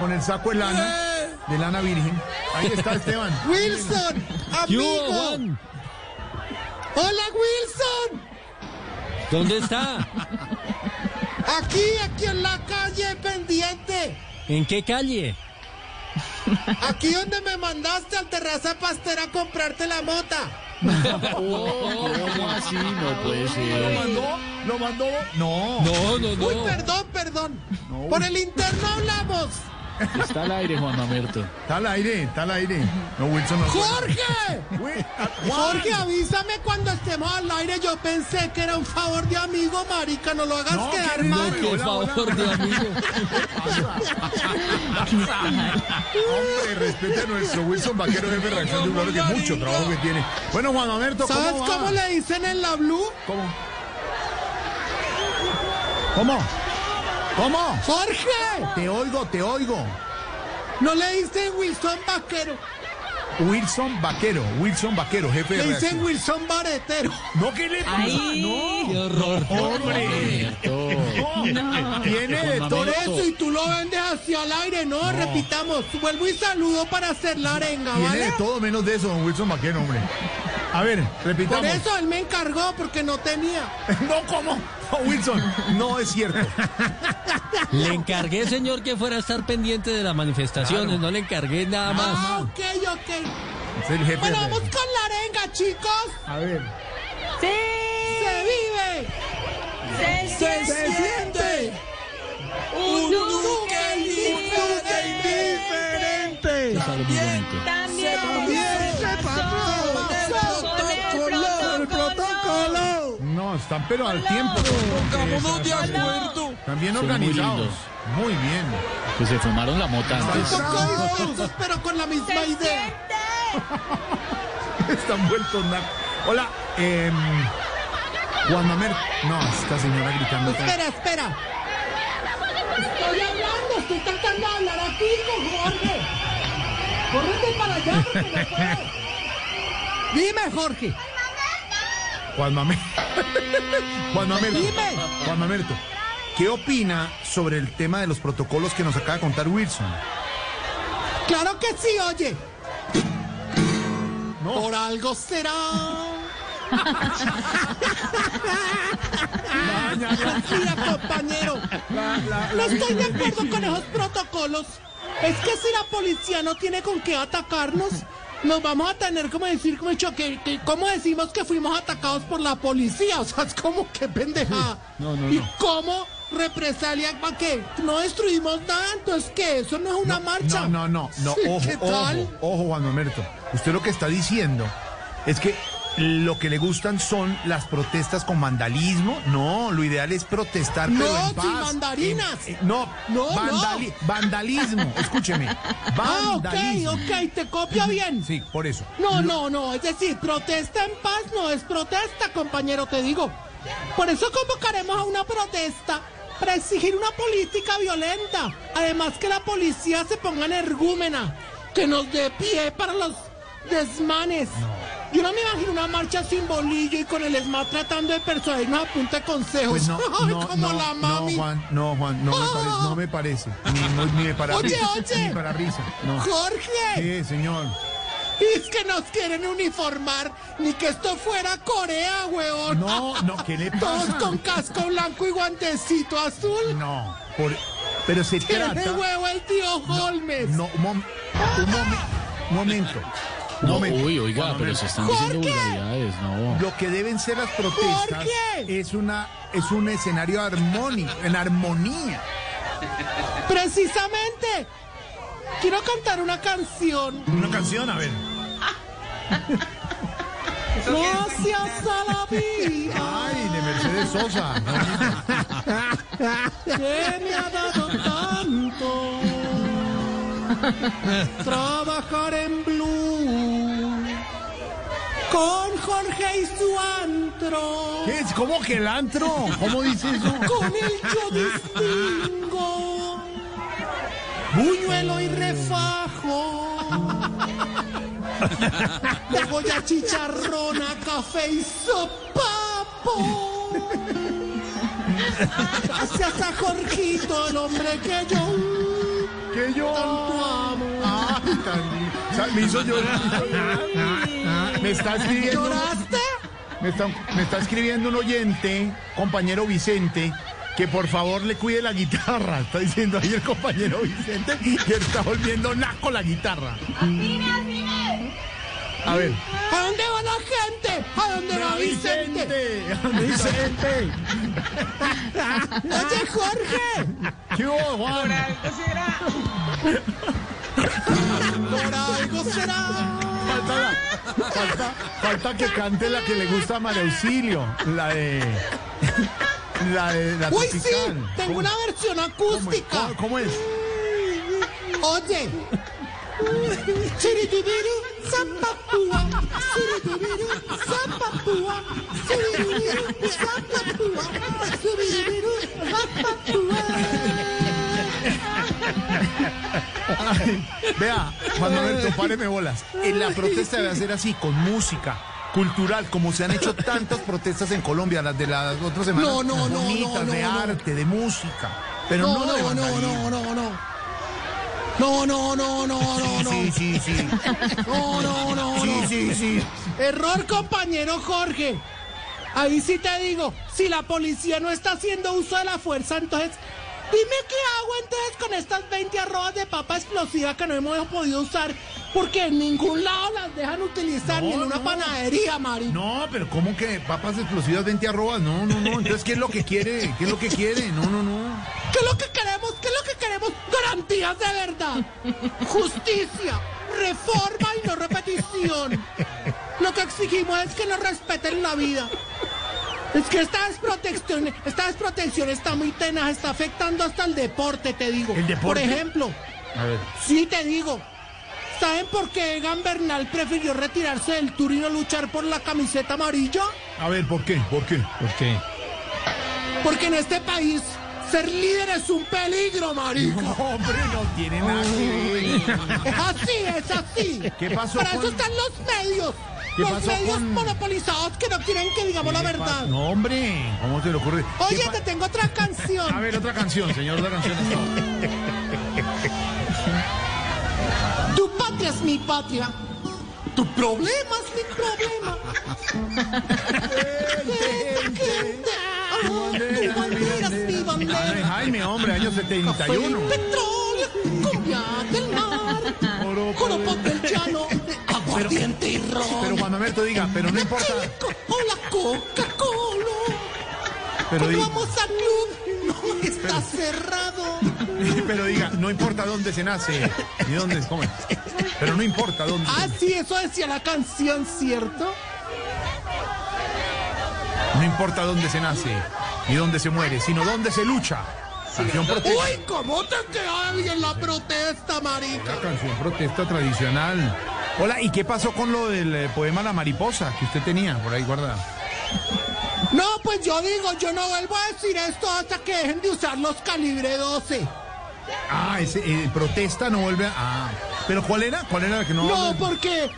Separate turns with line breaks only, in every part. con el saco de lana, de lana virgen. Ahí está Esteban.
Wilson,
hubo,
amigo.
Juan?
Hola Wilson.
¿Dónde está?
Aquí, aquí en la calle pendiente.
¿En qué calle?
Aquí donde me mandaste al terraza pastera a comprarte la mota.
¿Cómo así? No puede
¿Lo
ser.
mandó? ¿Lo mandó? No.
No, no, no.
Uy, perdón, perdón. Por el interno hablamos.
Está al aire, Juan Mamerto.
Está al aire, está al aire. No, Wilson no.
Jorge.
Wi- ah, Juan.
Jorge, avísame cuando estemos al aire. Yo pensé que era un favor de amigo, marica. No lo hagas
No,
quedar
qué
mal.
rico.
Por
Hola, hola.
favor, de amigo.
Hombre, respete a nuestro Wilson Vaquero, jefe de reacción de un jugador que mucho trabajo que tiene. Bueno, Juan Alberto, ¿cómo
¿Sabes
va?
cómo le dicen en la Blue?
¿Cómo? ¿Cómo? ¿Cómo?
Jorge,
Te oigo, te oigo.
no le dicen Wilson Vaquero,
Wilson Vaquero, Wilson Vaquero, jefe de
le dicen
reacción.
Wilson Baretero.
No, ¿qué le pasa?
Qué horror.
No, hombre. No. Tiene de todo.
Por eso, y tú lo vendes hacia el aire, no, repitamos, vuelvo y saludo para hacer la arenga,
Tiene de
¿vale?
todo menos de eso, don Wilson Vaquero, hombre. A ver,
Por
repitamos.
eso él me encargó, porque no tenía.
No, ¿cómo? No, Wilson, no es cierto.
Le encargué, señor, que fuera a estar pendiente de las manifestaciones. No le encargué nada más.
Ah, ok, ok.
Es el jefe. de
Bueno, vamos
reacción.
con la arenga, chicos.
A ver.
Sí,
Se vive,
se
se,
siente
siente.
un
Duque indiferente.
Es algo muy bonito.
También
También se pasó
con el
con el protocolo.
No, están pero al tiempo. Pongámonos de acuerdo. También
Son muy
organizados.
lindos.
Muy bien.
Pues se fumaron la mota antes.
Tocó discursos, pero con la misma
Se
idea.
siente.
Están vueltos nada. Hola, eh, Juan Mamer. No, esta señora gritando. acá.
Espera, espera. Estoy hablando, estoy tratando de hablar aquí con Jorge. Córrete para allá porque no puedo. Dime, Jorge.
Juan Mamer. Juan Mamerto.
Dime.
Juan Mamerto. ¿Qué opina sobre el tema de los protocolos que nos acaba de contar Wilson?
Claro que sí, oye.
No.
Por algo será. Mira, compañero. No estoy de acuerdo con esos protocolos. Es que si la policía no tiene con qué atacarnos, nos vamos a tener como decir, como dicho, que, que- ¿cómo decimos que fuimos atacados por la policía? O sea, es como que pendejada.
No, no,
¿Y
no.
cómo represalia para que no destruimos nada? Entonces, que eso no es una marcha.
No, no, no, no.
Sí,
Ojo,
¿Qué tal?
ojo, ojo, Juan Mamerto. Usted lo que está diciendo es que lo que le gustan son las protestas con vandalismo. No, lo ideal es protestar
No,
pero en
sin
paz.
mandarinas.
En- eh, no,
No,
vandali- vandalismo. Escúcheme.
Ah, ok,
Vandalismo.
ok, te copio bien.
Sí, por eso.
No, no, no, es decir, protesta en paz no es protesta, compañero, te digo. Por eso convocaremos a una protesta para exigir una política violenta. Además que la policía se ponga en ergúmena, que nos dé pie para los desmanes. Yo no me imagino una marcha sin bolillo y con el ESMA tratando de persuadirnos a punta de consejos.
Pues no,
Ay,
no,
como
no,
la
no,
mami.
Juan, no, Juan, no me parece, no me parece, ni, ni, ni para
Oye,
risa,
oye.
ni para risa, no.
Jorge.
Sí, señor.
Es que nos quieren uniformar, ni que esto fuera Corea, weón.
No, no, ¿qué le
Todos
pasa?
con casco blanco y guantecito azul.
No, por, pero se
Tiene
trata.
huevo el tío Holmes.
No, un, mom- un momen- un momento. Un
No,
momento.
uy, oiga, pero se están diciendo
Jorge.
vulgaridades, no.
Lo que deben ser las protestas
Jorge.
es una es un escenario armónico, en armonía.
Precisamente. Quiero cantar una canción.
Una canción, a ver.
Gracias a la vida
Ay, de Mercedes Sosa.
que me ha dado tanto. Trabajar en Blue con Jorge y su antro.
¿Qué es? ¿Cómo que el antro? ¿Cómo dice eso?
Con él yo distingo buñuelo y refajo. Luego ya chicharrona, café y sopapo. Gracias a Jorgito, el hombre que yo
Que yo.
Tanto amo.
Ay, tan lindo. O sea, me hizo llorar. Me está escribiendo.
¿Lloraste?
Me está, me está escribiendo un oyente, compañero Vicente, que por favor le cuide la guitarra. Está diciendo ahí el compañero Vicente que está volviendo naco la guitarra. A ver.
¿A dónde va la gente? ¿A dónde va Vicente?
Vicente.
Oye, Jorge.
¿Qué hubo, Juan?
Por algo será.
Falta, la- falta, falta que cante la que le gusta a María Auxilio. La de. La de. La
Uy, sí.
tropical.
Tengo
¿Cómo-
una versión acústica.
¿Cómo, cómo es?
Oye. Chiribibiru, zapapúa. Chiribibiru, zapapúa. Chiribibiru, zapapúa. Chiribibiru, zapapúa.
Vea, Juan Manuel, páreme bolas. En la protesta debe ser así, con música, cultural, como se han hecho tantas protestas en Colombia, las de las otras semanas.
No, no, no,
bonitas,
no,
de
no, no.
arte, de música. Pero
No,
no, de
no, no, no,
vandalismo.
no, no. No, no, no, no, no, no.
Sí, sí, sí.
No, no, no,
Sí,
no.
sí, sí.
Error, compañero Jorge. Ahí sí te digo, si la policía no está haciendo uso de la fuerza, entonces dime qué hago entonces con estas 20 arrobas de papa explosiva que no hemos podido usar porque en ningún lado las dejan utilizar, ni en
No,
una
no.
panadería, Mari.
No, pero ¿cómo que papas explosivas 20 arrobas? No, no, no. Entonces, ¿qué es lo que quiere? ¿Qué es lo que quiere? No, no, no.
¿Qué es lo que queremos? ¿Qué es lo que queremos? Garantías de verdad. Justicia, reforma y no repetición. Lo que exigimos es que nos respeten la vida. Es que esta desprotección, esta desprotección está muy tenaz, está afectando hasta el deporte, te digo.
¿El deporte?
Por ejemplo,
A ver.
sí te digo. ¿Saben por qué Egan Bernal prefirió retirarse del Tour y no luchar por la camiseta amarilla?
A ver, ¿por qué? ¿Por qué?
¿Por qué?
Porque en este país ser líder es un peligro, marica.
Hombre, no tiene nada que ver.
Es así, es así.
¿Qué pasó
Para
con-
eso están los medios.
¿Qué
Los
pasó
medios
con-
monopolizados que no quieren que digamos la verdad.
No, hombre. ¿Cómo se le ocurre? ¿Qué
Oye,
pa-
te tengo otra
A
canción.
ver, otra canción, señor, otra canción. por favor.
Tu patria es mi patria. Tu problema es mi problema. Gente, gente. Ah,
bandera,
Tu bandera es
Ah, no,
mi
es
bandera.
Jaime, hombre, año
Café,
71.
petróleo, cumbia del mar,
Joropo
joropo
del-
del llano, aguardiente y ron.
Pero Juan Mamerto diga, pero no importa.
Coca-Cola, Coca-Cola.
Pero,
Cuando
di-
vamos al club, no está cerrado.
pero diga, no importa dónde se nace. Ni dónde se come. Pero no importa dónde.
Ah, sí, eso decía la canción, ¿cierto?
No importa dónde se nace. Ni dónde se muere, sino dónde se lucha. Canción protesta.
Uy, ¿cómo te queda bien la protesta, marica?
La canción protesta tradicional. Hola, ¿y qué pasó con lo del eh, poema La Mariposa que usted tenía por ahí guardado?
No, pues yo digo, yo no vuelvo a decir esto hasta que dejen de usar los calibre 12.
Ah, ese, eh, protesta no vuelve a... Ah, pero ¿cuál era? ¿Cuál era la que no...
No, pues porque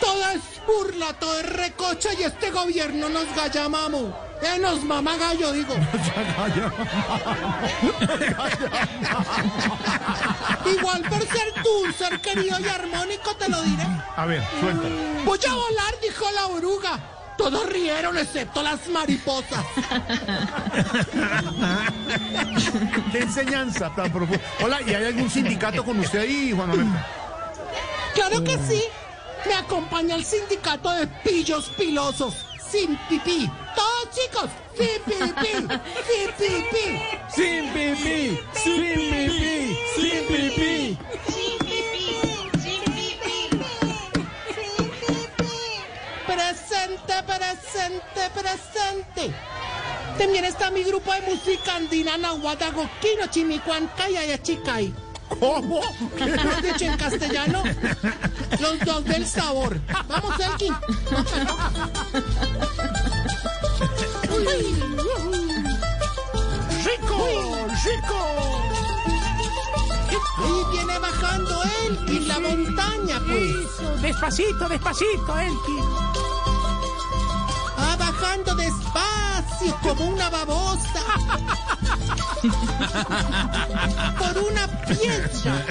todo es burla, todo es recocha y este gobierno nos gallamamos. Eh, nos mamagallo, digo. Igual por ser tú un ser querido y armónico, te lo diré.
A ver, suelta.
Voy a volar, dijo la oruga. Todos rieron excepto las mariposas.
Qué enseñanza tan profunda. Hola, ¿y hay algún sindicato con usted ahí, Juan Manuel?
Claro que sí. Me acompaña el sindicato de pillos pilosos. Sin pipí. Todos chicos. Sin pipí. Sin pipí.
Sin pipí, sin pipí, sin pipí.
Presente, presente, presente. También está mi grupo de música andina Nahuatl, Agoquino, Chimicuanca y Ayachicay.
¿Cómo?
Mejor dicho en castellano, los dos del sabor. Vamos, Elkin.
¡Rico! ¡Rico!
Y viene bajando Elkin la montaña, pues.
Despacito, despacito, Elkin.
Ah, bajando despacio como una babosa. Por una piedra.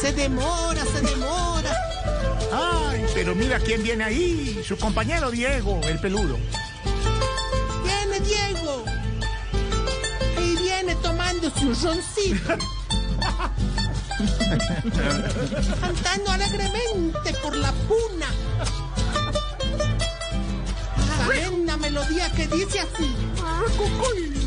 Se demora, se demora.
Ay, pero mira quién viene ahí. Su compañero Diego, el peludo.
Viene Diego. Y viene tomándose un roncito. Cantando alegremente por la puna. Tremenda melodía que dice así.